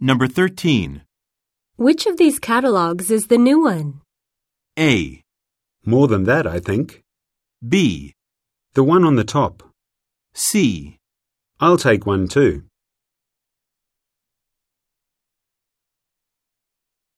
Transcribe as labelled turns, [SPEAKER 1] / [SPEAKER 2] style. [SPEAKER 1] Number 13.
[SPEAKER 2] Which of these catalogs is the new one?
[SPEAKER 1] A.
[SPEAKER 3] More than that, I think.
[SPEAKER 1] B.
[SPEAKER 3] The one on the top.
[SPEAKER 1] C.
[SPEAKER 3] I'll take one too.